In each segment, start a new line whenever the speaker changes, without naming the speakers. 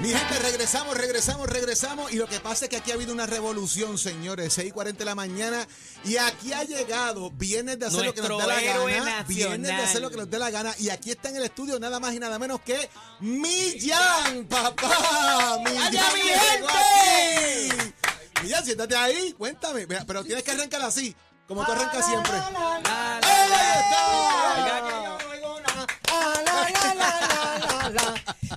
Mi gente, regresamos, regresamos, regresamos. Y lo que pasa es que aquí ha habido una revolución, señores. 6 y 40 de la mañana. Y aquí ha llegado Viernes de hacer lo
Nuestro
que nos dé la
héroe
gana.
nacional.
Viernes de hacer lo que nos dé la gana. Y aquí está en el estudio nada más y nada menos que Millán, papá. Millán,
¡Allá, mi
llegó
gente!
aquí. Millán, siéntate ahí. Cuéntame. Mira, Pero tienes que arrancar así, como tú arrancas siempre.
La, la,
¡Ahí
la,
está!
la, la, la, la, la.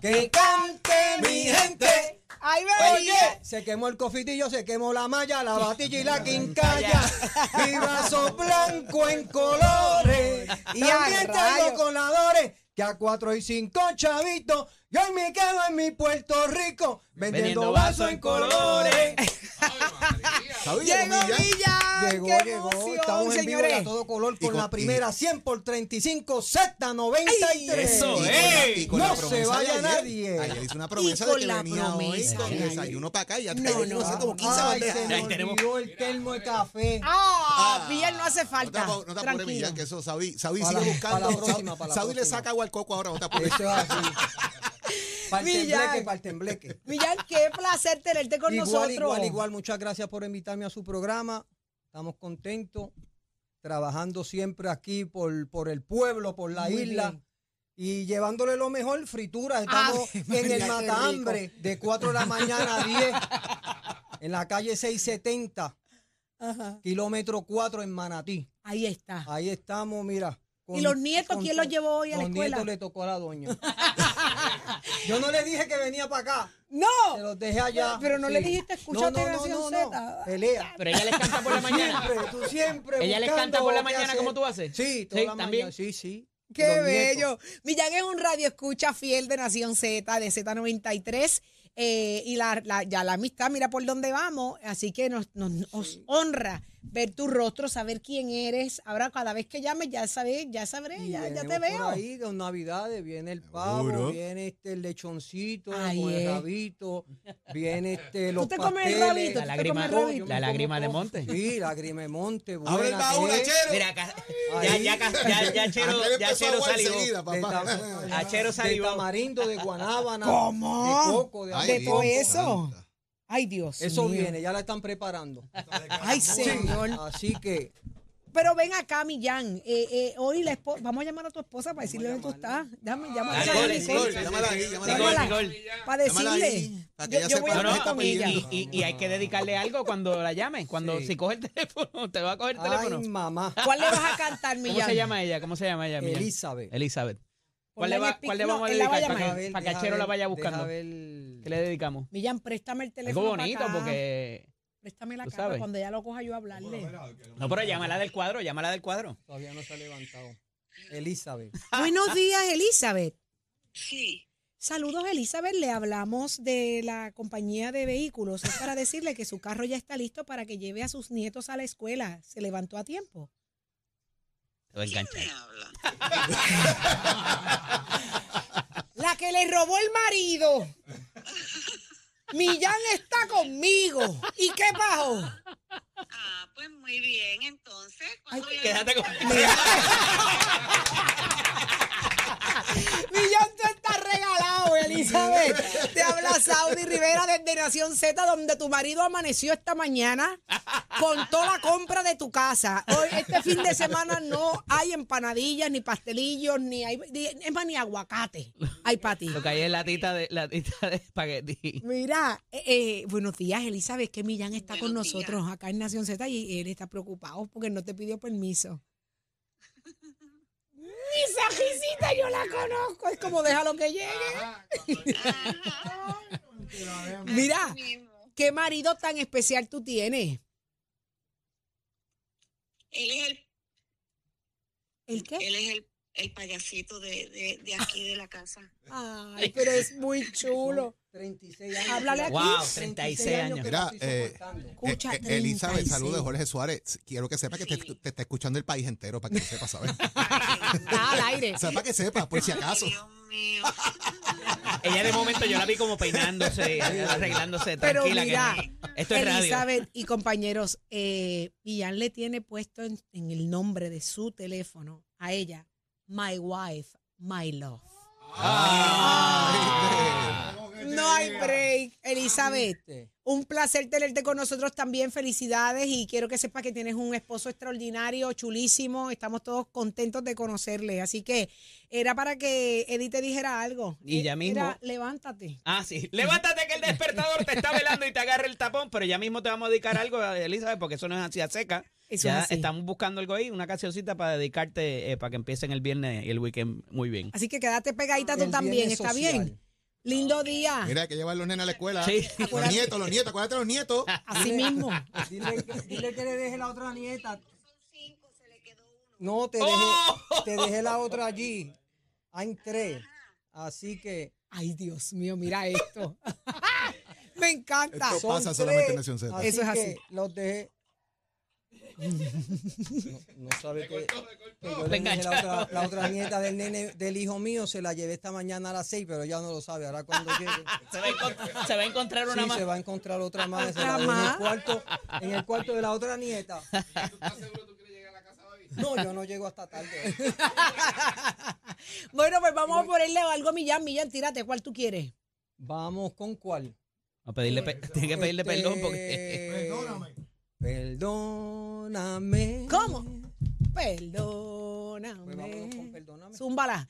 Que cante mi gente.
¡Ay,
Oye, se quemó el cofitillo, se quemó la malla, la batilla y la quincalla. Mi vaso blanco en colores. Y
Y a
también
rayos.
traigo coladores. Que a cuatro y cinco chavitos, yo hoy me quedo en mi Puerto Rico vendiendo vasos en colores.
¿Sabías,
¡Llegó Millán!
Llegó,
¡Qué
llegó.
emoción,
Estamos en vivo y
señores!
a todo color
Y
con
con-
la primera 100 por 35 Z93.
Y
Eso
con
es.
la- y con la
No se
promesa
vaya
de ayer.
nadie.
Ayer hizo una promesa de
con
que
la
venía hoy
promesa
con
de ayer.
desayuno para acá y ya
No,
traigo,
no.
no sé, como 15
Ay,
bandejas.
se me
Ay,
olvidó
tenemos-
el termo de café.
¡Ah! Millán no hace
No te
falta.
apures, no te apures,
Tranquilo.
Millán, que eso, Saudi, Saudi
Para
sigue
la- para la
buscando.
próxima,
Saudi-
para la
Saudi le
próxima.
saca agua al coco ahora, no te apures.
Eso es así. Para el
Millán.
tembleque, para el tembleque.
Millán, qué placer tenerte con
Igual,
nosotros.
igual, igual. Muchas gracias por invitarme a su programa. Estamos contentos. Trabajando siempre aquí por, por el pueblo, por la
Muy
isla.
bien.
Y llevándole lo mejor, frituras. Estamos
Ay,
en el
María, qué
matambre de 4 de la mañana a 10. En la calle 670,
Ajá.
kilómetro 4 en Manatí.
Ahí está.
Ahí estamos, mira.
¿Y los nietos? ¿Quién los llevó hoy a la
los
escuela?
nietos le tocó a la doña. Yo no le dije que venía para acá. Se
¡No!
los dejé allá.
Pero no le dijiste,
escucha
escúchate Nación Z.
Pelea.
Pero ella les canta por la mañana.
Siempre, tú siempre.
Ella les
buscando
canta por la
qué
mañana
hacer.
como tú haces.
Sí, toda
Sí,
la
también.
mañana. Sí, sí.
¡Qué
Los nietos.
bello! Millán es un radio escucha fiel de Nación Z, de Z93. eh, y la, la- ya la amistad, mira por dónde vamos. Así que nos, nos- nos honra ver tu rostro, saber quién eres. Ahora, cada vez que llames, ya sabes, ya sabré,
Y
ya, ya
venimos por
te veo.
Ahí con Navidades viene el pavo,
Seguro.
viene este el lechoncito,
Ahí
con el
eh.
es.
rabito, viene este los
te comes el
pasteles.
rabito,
La tú te lágrima- comes el
Yo me
rabito. la
como
lágrima de
todo.
monte.
Sí, lágrima de monte. buena eh,
Abre el baúl,
que es.
achero.
Mira, acá- ya,
Ahí.
ya, ya, ya Chero,
Aquel
ya
empezó
Chero
agua
salió.
enseguida,
De
papá.
tam-
Achero
de
salió.
tamarindo, de guanábana,
¿Cómo?
de coco, de
Ay,
de
ajo.
todo
Dios
eso.
santa.
Ay, Dios.
Eso
mío.
viene, ya la están preparando.
Ay, señor.
Así que
Pero ven acá, Millán. Eh, eh, hoy la esposa. Vamos a llamar a tu esposa para decirle dónde tú estás. Dame, llámala.
Dale,
ahí,
dale,
Nicole.
Nicole,
llámala ahí, llámala
ahí.
Llámala,
Nicole, Nicole.
Para
Llámala
decirle.
ahí, para que
yo,
ella
yo
sepa
voy a
No,
dónde
no,
hablar
está
con
y,
ella.
peleando.
y- y hay que dedicarle algo cuando la llamen. Cuando
Sí.
si coge el teléfono, te va a coger el teléfono. Ah,
Ay, mamá.
¿Cuál le vas a cantar,
¿Cómo
Millán?
se llama ella? ¿Cómo se llama ella? Millán?
Elizabeth.
Elizabeth. ¿Cuál
Ponle
le,
en
va,
el pic-
cuál le
no,
vamos a
él la va a
dedicar para
llamar.
Deja
que,
ver,
para que
deja
Chero la
ver,
vaya
deja
buscando?
ver.
¿Qué le dedicamos?
Millán, préstame el teléfono.
Algo bonito
para acá.
porque...
Préstame la
tú
cara
sabes.
cuando ya lo coja yo a hablarle.
No, pero llámala del cuadro, llámala del cuadro.
Todavía no se ha levantado. Elizabeth.
Buenos días, Elizabeth.
Sí,
Saludos, Elizabeth. Le hablamos de la compañía de vehículos. Es para decirle que su carro ya está listo para que lleve a sus nietos a la escuela. Se levantó a tiempo.
Te va a enganchar.
me hablan.
La que le robó el marido. Millán está conmigo. ¿Y qué pasó?
Ah, pues muy bien, entonces. ¿cuándo voy a
Quédate con...
Millán, tú estás regalado, Elizabeth. Te habla Saudi Rivera desde Nación Z, donde tu marido amaneció esta mañana con toda la compra de tu casa. Hoy, este fin de semana no hay empanadillas, ni pastelillos, ni hay, ni- es más, ni aguacate. Hay para ti.
Lo que hay es latita de, latita de espagueti.
Mira, eh, eh, buenos días, Elizabeth, que Millán está con
Buenos
nosotros acá en Nación Z y él está preocupado porque no te pidió permiso. Esa risita yo la conozco, es como déjalo que llegue.
Ajá,
Mira,
mismo.
¿qué marido tan especial tú tienes?
Él es el,
¿El qué?
él es el, el payasito de, de, de aquí de la casa.
Eh,
Ay, pero es muy chulo.
36 años.
Háblale aquí.
Wow, 36 años.
que
Mira,
lo estoy
eh,
soportando.
Escucha,
eh, eh, Elizabeth,
36.
saludos de Jorge Suárez. Quiero que sepa que te, te está escuchando el país entero para que lo sepa, ¿sabes?
Está al aire.
O sea, para que sepa, por si acaso.
Dios mío.
Ella de momento yo la vi como peinándose, arreglándose,
Pero
tranquila. que
mira,
no- esto es radio.
Elizabeth y compañeros, eh, Millán le tiene puesto en, en el nombre de su teléfono a ella, My Wife, My Love.
Ah.
No hay break, Elizabeth.
Viste.
Un placer tenerte con nosotros también. Felicidades y quiero que sepas que tienes un esposo extraordinario, chulísimo. Estamos todos contentos de conocerle. Así que era para que Edith te dijera algo.
Y ya
Eh,
mismo.
era, levántate.
Ah, sí. Levántate que el despertador te está velando y te agarra el tapón, pero ya mismo te vamos a dedicar algo, Elizabeth, porque eso no es así a seca.
Eso
ya
es así.
estamos buscando algo ahí, una cancioncita para dedicarte, eh, para que empiecen el viernes y el weekend muy bien.
Así que quédate pegadita tú
El
también,
viernes
¿está
social.
bien? Lindo día.
Mira, hay que llevar a los nenes a la escuela.
Ah. Sí.
Los nietos, los nietos, acuérdate de los nietos.
Así mismo.
Dile, que- dile que le deje la otra nieta.
Son cinco, se le quedó uno.
No, te dejé, te dejé la otra allí. Hay tres. Así que
Ay, Dios mío, mira esto. Me encanta.
Esto-
son
Pasa Ah, solamente en
tres,
Nación Z.
Eso es
que
así.
Los dejé. No, no sabe que, que
Le
yo le dejé la
engancharon.
otra, la otra nieta del nene del hijo mío se la llevé esta mañana a las seis, pero ya no lo sabe. Ahora cuando llegue.
Se va a encont- se va a encontrar una
Sí,
más.
se va a encontrar otra más. se la
Otra
dejé en
más.
el cuarto, en el cuarto de la otra nieta. No, yo no llego hasta tarde.
Bueno, pues vamos a ponerle algo a Millán. Millán, tírate, ¿cuál tú quieres?
Vamos con cuál.
Vamos a pedirle pe- tiene que pedirle
Este,
perdón porque
Perdóname.
¿Cómo?
Pues vámonos con
Perdóname.
perdóname.
Zúmbala.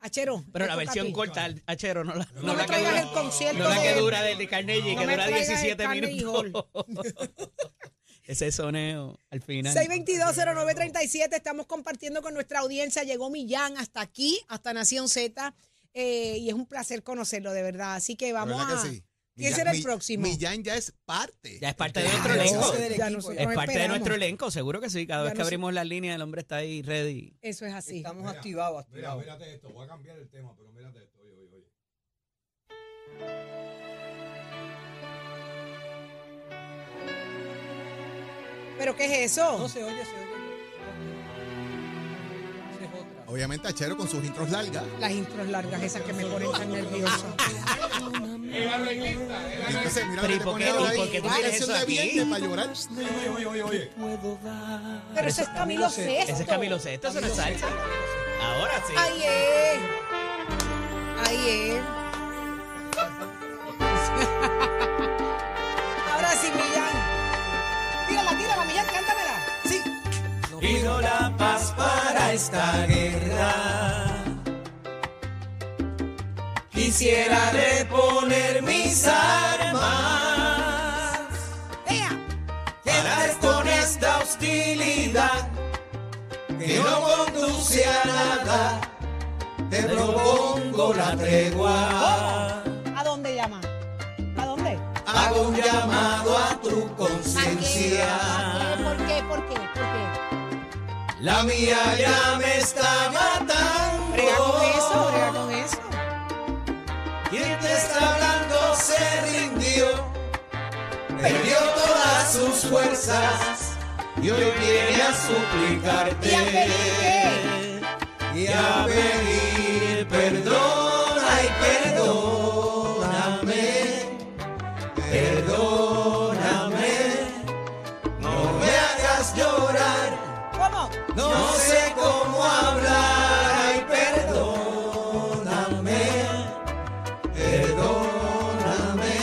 Achero.
pero la
te toca a
versión
ti.
corta, al- Achero, no la
No,
no
me
la que
traigas
dura-
el concierto
No la que
de-
dura de, de Carnegie,
No
que
me
dura
traigas el
17
Carnegie
minutos. Ese soneo al final.
622-0937, estamos compartiendo con nuestra audiencia. Llegó Millán hasta aquí, hasta Nación Z, eh, y es un placer conocerlo, de verdad. Así que
De
vamos
verdad
a.
que sí.
¿Quién
Millán-
será el
Mi-
próximo?
Millán ya es parte.
Ya es parte de
Este,
nuestro
ya
elenco.
eso es-
del
Ya
equipo,
nosotros
Es parte de
esperamos.
nuestro elenco, seguro que sí. Cada vez
Ya
que
nos-
abrimos las líneas, el hombre está ahí ready.
Eso es así.
Estamos activados,
Mira,
activados.
mírate esto, voy a cambiar el tema, pero mírate esto, oye, oye, oye.
¿Pero qué es eso?
No se oye, se oye. Esa es otra.
Obviamente, Achero con sus intros largas.
Las intros largas, esas que me ponen tan nerviosa.
Y entonces, mira lo
Pero,
que
¿y
te
por
pone
qué-
ahora
y
ahí.
por qué tú
Una
tienes
canción
eso
de
aquí?
viernes para llorar.
Oye, oye, oye, oye.
Pero eso es Camilo Sesto.
Ese es Camilo Sesto, eso no es salsa. Ahora sí.
Ahí es. Ahí es. Ahora sí, Millán. Tírala, tírala, Millán, cántamela. Sí.
Pido la paz para esta guerra. Quisiera reponer mis armas.
Ea.
Quedar con esta hostilidad que no conduce a nada. Te propongo la tregua.
¿A dónde llama? ¿A dónde?
Hago un llamado a tu conciencia.
¿A qué? ¿Por qué? ¿Por qué? ¿Por qué?
La mía ya me está
Brega con eso,
matando.
brega con eso.
Quien te está hablando se rindió, perdió todas sus fuerzas y hoy viene a suplicarte
¿Y a pedir
y a pedir perdón, ay perdóname, perdóname, no me hagas llorar,
qué? ¿Cómo?
no sé cómo hablar, ay perdóname, perdóname,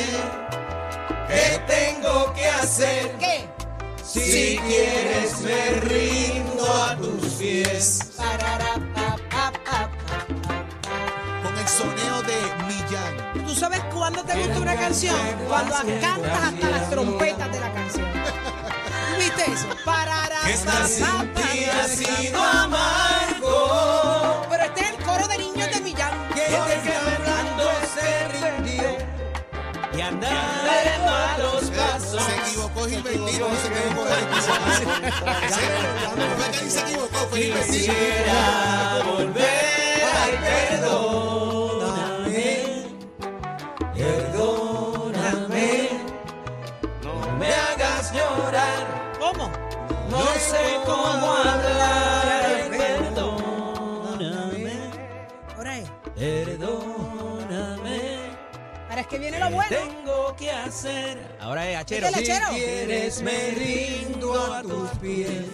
¿qué tengo que hacer?
¿Qué?
Si quieres me rindo a tus pies.
Parará, pa, pa, pa, pa.
Con el soneo de Millán.
¿Tú sabes cuándo te gusta una canción? Cuando cantas hasta las trompetas de la canción. ¿Viste eso? Parará, pa, pa, pa,
ha sido
pa,
amargo.
pa. Pero este es el coro de niños de Millán.
Que te está hablando se rindió.
Y anda.
De malos pasos.
Se equivocó Gilbertino, no se quedó por ahí. Se- Fue que él se equivocó, fue Gilbertino.
Quisiera volver. Ay, perdóname. Perdóname.
¿Cómo?
No sé cómo hablar.
Perdóname,
Ahora es.
perdóname.
Ahora es que viene lo bueno.
Tengo que hacer. Ahora es hachero.
Métele, hachero.
Quieres me rindo a tus pies.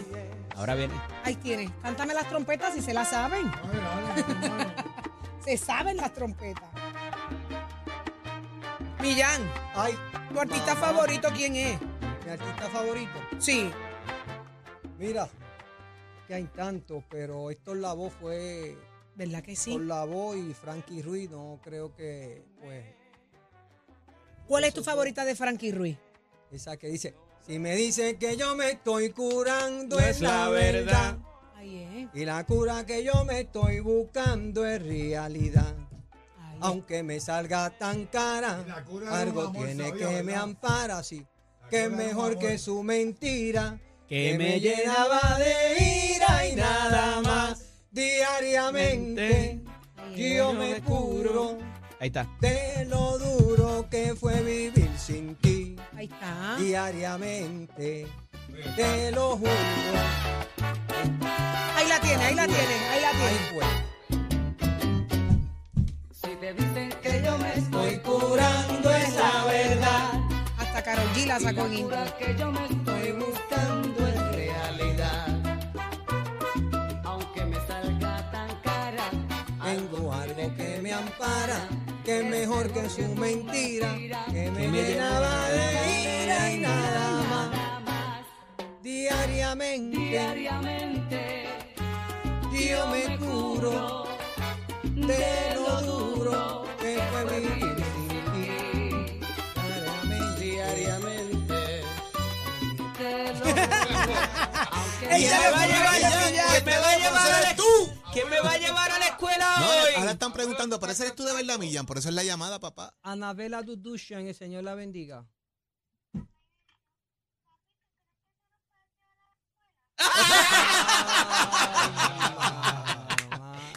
Ahora viene.
Ahí tiene. Cántame las trompetas si se las saben. se saben las trompetas. Millán,
Ay,
¿tu artista favorito quién es?
mi artista favorito.
Sí.
Mira, que hay tantos, pero Héctor Lavoe fue
¿Verdad que sí?
Héctor Lavoe y Frankie Ruiz, no creo que, pues,
¿Cuál es tu favorita de Frankie Ruiz?
esa que dice, si me dicen que yo me estoy curando
No
es la verdad,
Ahí es.
y la cura que yo me estoy buscando es realidad.
Ahí es.
Aunque me salga tan cara,
Y la cura era un
algo
amor,
tiene
sabía,
que me
¿verdad?
ampara, sí.
La
Que es
cura era un
mejor que
amor.
su mentira,
Que me
que me llenaba de ira y nada más. Diariamente
Ahí es.
yo me curo
Ahí está.
de lo duro que fue vivir sin ti.
Ahí
¿Ah?
está.
Diariamente te lo juro.
Ahí la tiene, ahí la tiene, ahí la
Ay,
tiene.
pues,
Si te dicen que yo me
estoy curando esa verdad.
Hasta Carol G la sacó en intro.
que yo me
Estoy buscando en realidad.
aunque me salga tan cara.
Tengo algo que me ampara, que es mejor que su mentira, que me llenaba de ira y nada más. Diariamente
Diariamente
yo me curo de lo duro que fue vivir sin ti. Diariamente, diariamente.
te lo juro, aunque
Ella me va a llevar, Millán,
que me va a llevar a la-
tú.
¿Quién me va a llevar a la escuela
No, ahora
hoy?
están preguntando, ¿parece eres tú de verdad, Millán? Por eso es la llamada, papá.
Anabela Dudushan, el Señor la bendiga.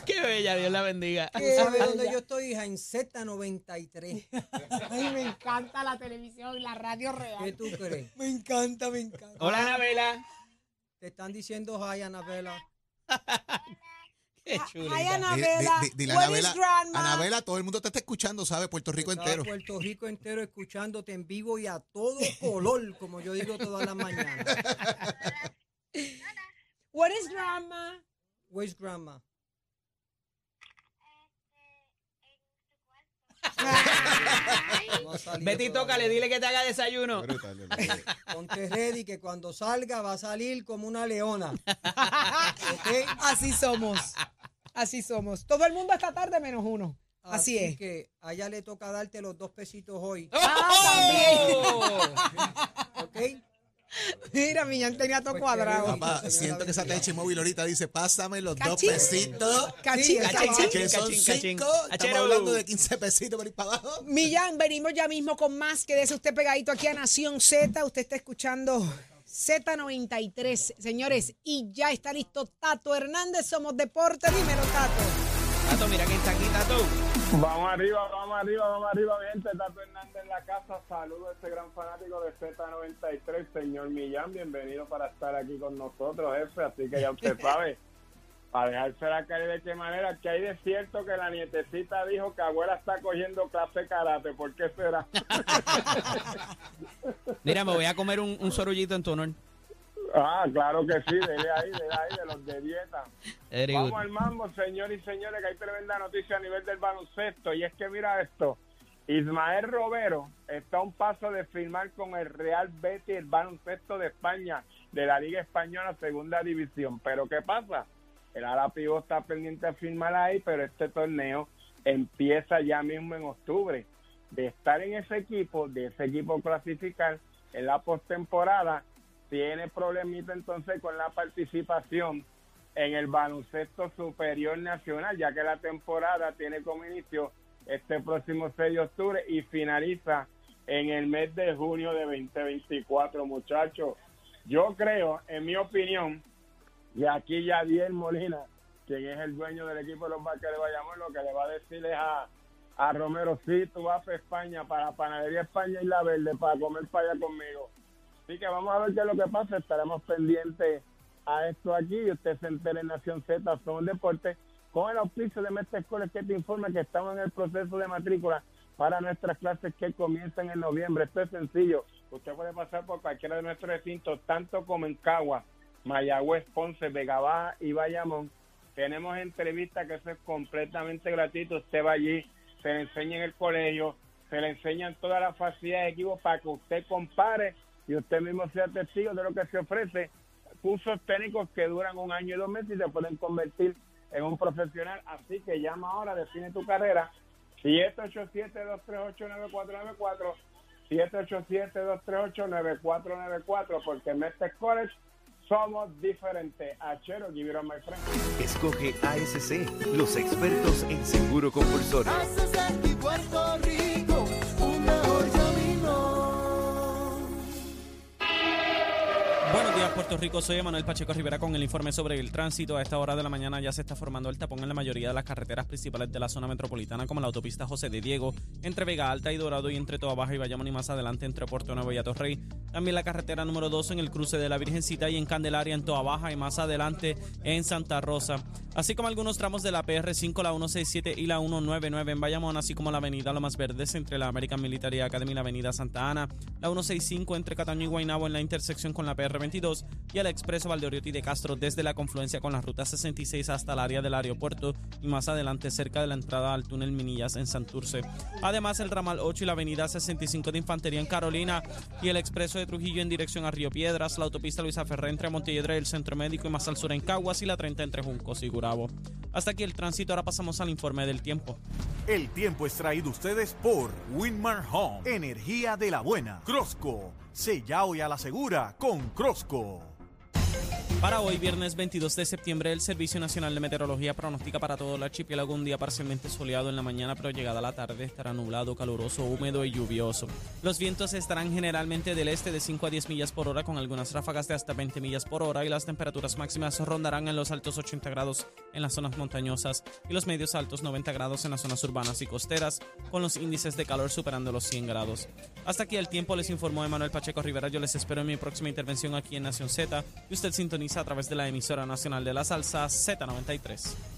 Qué bella, Dios la bendiga.
¿Tú sabes dónde yo estoy, hija? En Z93.
Ay, me encanta la televisión y la radio real.
¿Qué tú crees?
Me encanta, me encanta.
Hola, Anabela.
Te están diciendo hi, Anabela.
Qué
Ah, Ay,
chulita.
Di- di-
Anabela.
di- Dile
what
Anabela,
is grandma?
Anabela, todo el mundo te está escuchando, ¿sabes? Puerto Rico
Estaba
entero.
Puerto Rico entero escuchándote en vivo y a todo color, como yo digo todas las mañanas.
What is grandma?
Where's grandma? No ha salido
Betty,
todavía.
tócale, dile que te haga desayuno.
Ponte ready que cuando salga va a salir como una leona. ¿Ok?
Eh, Así somos. Así somos. Todo el mundo esta tarde menos uno. Así, es. ¡Oh! Ah,
que a ella le toca darte los dos pesitos hoy. ¿Ok?
Mira, mi ñan tenía todo
Pues
cuadrado.
qué
Papá, siento que esa teche móvil ahorita dice, pásame los dos
Cachín.
pesitos.
Cachín,
Sí,
cachín.
cachín.
Que son
Cachín, cachín.
cinco. Estamos
Achero.
hablando de 15 pesitos por ir para abajo.
Millán, venimos ya mismo con más. Quédese usted pegadito aquí a Nación Z. Usted está escuchando Z93, señores. Y ya está listo Tato Hernández. Somos deporte. Dímelo, Tato.
Tato, mira que está aquí, Tato.
Vamos arriba, vamos arriba, vamos arriba, mi gente. Tato Hernández en la casa. Saludo a este gran fanático de Z93, señor Millán. Bienvenido para estar aquí con nosotros, jefe. Así que ya usted sabe, para dejarse la calle de qué manera. Que hay de cierto que la nietecita dijo que abuela está cogiendo clase de karate. ¿Por qué será?
Mira, me voy a comer un, un sorullito en tu honor.
ah, claro que sí, dele ahí, dele ahí, de los de dieta.
Very good.
Vamos al mambo, señores y señores, que hay tremenda noticia a nivel del baloncesto. Y es que mira esto, Ismael Romero está a un paso de firmar con el Real Betis el baloncesto de España, de la Liga Española Segunda División. Pero ¿qué pasa? El ala pivot está pendiente de firmar ahí, pero este torneo empieza ya mismo en octubre. De estar en ese equipo, de ese equipo clasificar en la postemporada, tiene problemita entonces con la participación en el baloncesto superior nacional, ya que la temporada tiene como inicio este próximo 6 de octubre y finaliza en el mes de junio de 2024, muchachos. Yo creo, en mi opinión, y aquí ya Diel Molina, quien es el dueño del equipo de los Vaqueros de Bayamón, lo que le va a decir es a, a Romero, sí, tú vas a España, para Panadería España y La Verde, para comer para allá conmigo. Así que vamos a ver qué es lo que pasa. Estaremos pendientes a esto aquí y usted se entere en Nación Z, son deporte, con el auspicio de Mestre College que te informa que estamos en el proceso de matrícula para nuestras clases que comienzan en noviembre. Esto es sencillo. Usted puede pasar por cualquiera de nuestros recintos, tanto como en Cagua, Mayagüez, Ponce, Vega Baja y Bayamón. Tenemos entrevistas que eso es completamente gratuito. Usted va allí, se le enseña en el colegio, se le enseñan todas las facilidades de equipo para que usted compare y usted mismo sea testigo de lo que se ofrece. Cursos técnicos que duran un año y dos meses y se pueden convertir en un profesional. Así que llama ahora, define tu carrera. 787-238-9494. 787-238-9494. Porque Mestre College somos diferentes. Achero, give it up, my friend.
Escoge ASC, los expertos en seguro compulsorio.
Puerto Rico, un mejor
Buenos días, Puerto Rico. Soy Emanuel Pacheco Rivera con el informe sobre el tránsito. A esta hora de la mañana ya se está formando el tapón en la mayoría de las carreteras principales de la zona metropolitana, como la autopista José de Diego, entre Vega Alta y Dorado y entre Toa Baja y Bayamón y más adelante entre Puerto Nuevo y Atorrey. También la carretera número 2 en el cruce de la Virgencita y en Candelaria en Toa Baja y más adelante en Santa Rosa. Así como algunos tramos de la PR5, la 167 y la 199 en Bayamón, así como la avenida Lomas Verdes entre la American Military Academy y la avenida Santa Ana, la 165 entre Cataño y Guaynabo en la intersección con la PR 22 y el expreso Valdeoriotti de Castro desde la confluencia con la ruta 66 hasta el área del aeropuerto y más adelante cerca de la entrada al túnel Minillas en Santurce. Además, el ramal 8 y la avenida 65 de Infantería en Carolina y el expreso de Trujillo en dirección a Río Piedras, la autopista Luisa Ferré entre Montelledra y el Centro Médico y más al sur en Caguas y la 30 entre Juncos y Gurabo. Hasta aquí el tránsito, ahora pasamos al informe del tiempo.
El tiempo es traído a ustedes por Winmar Home, energía de la buena. Crosco, sella hoy a la segura con Crosco.
Para hoy, viernes 22 de septiembre, el Servicio Nacional de Meteorología pronostica para todo el archipiélago un día parcialmente soleado en la mañana, pero llegada la tarde estará nublado, caluroso, húmedo y lluvioso. Los vientos estarán generalmente del este de 5 a 10 millas por hora, con algunas ráfagas de hasta 20 millas por hora, y las temperaturas máximas rondarán en los altos 80 grados en las zonas montañosas y los medios altos 90 grados en las zonas urbanas y costeras, con los índices de calor superando los 100 grados. Hasta aquí el tiempo, les informó Emanuel Pacheco Rivera. Yo les espero en mi próxima intervención aquí en Nación Z, y usted sintoniza a través de la emisora nacional de la salsa Z93.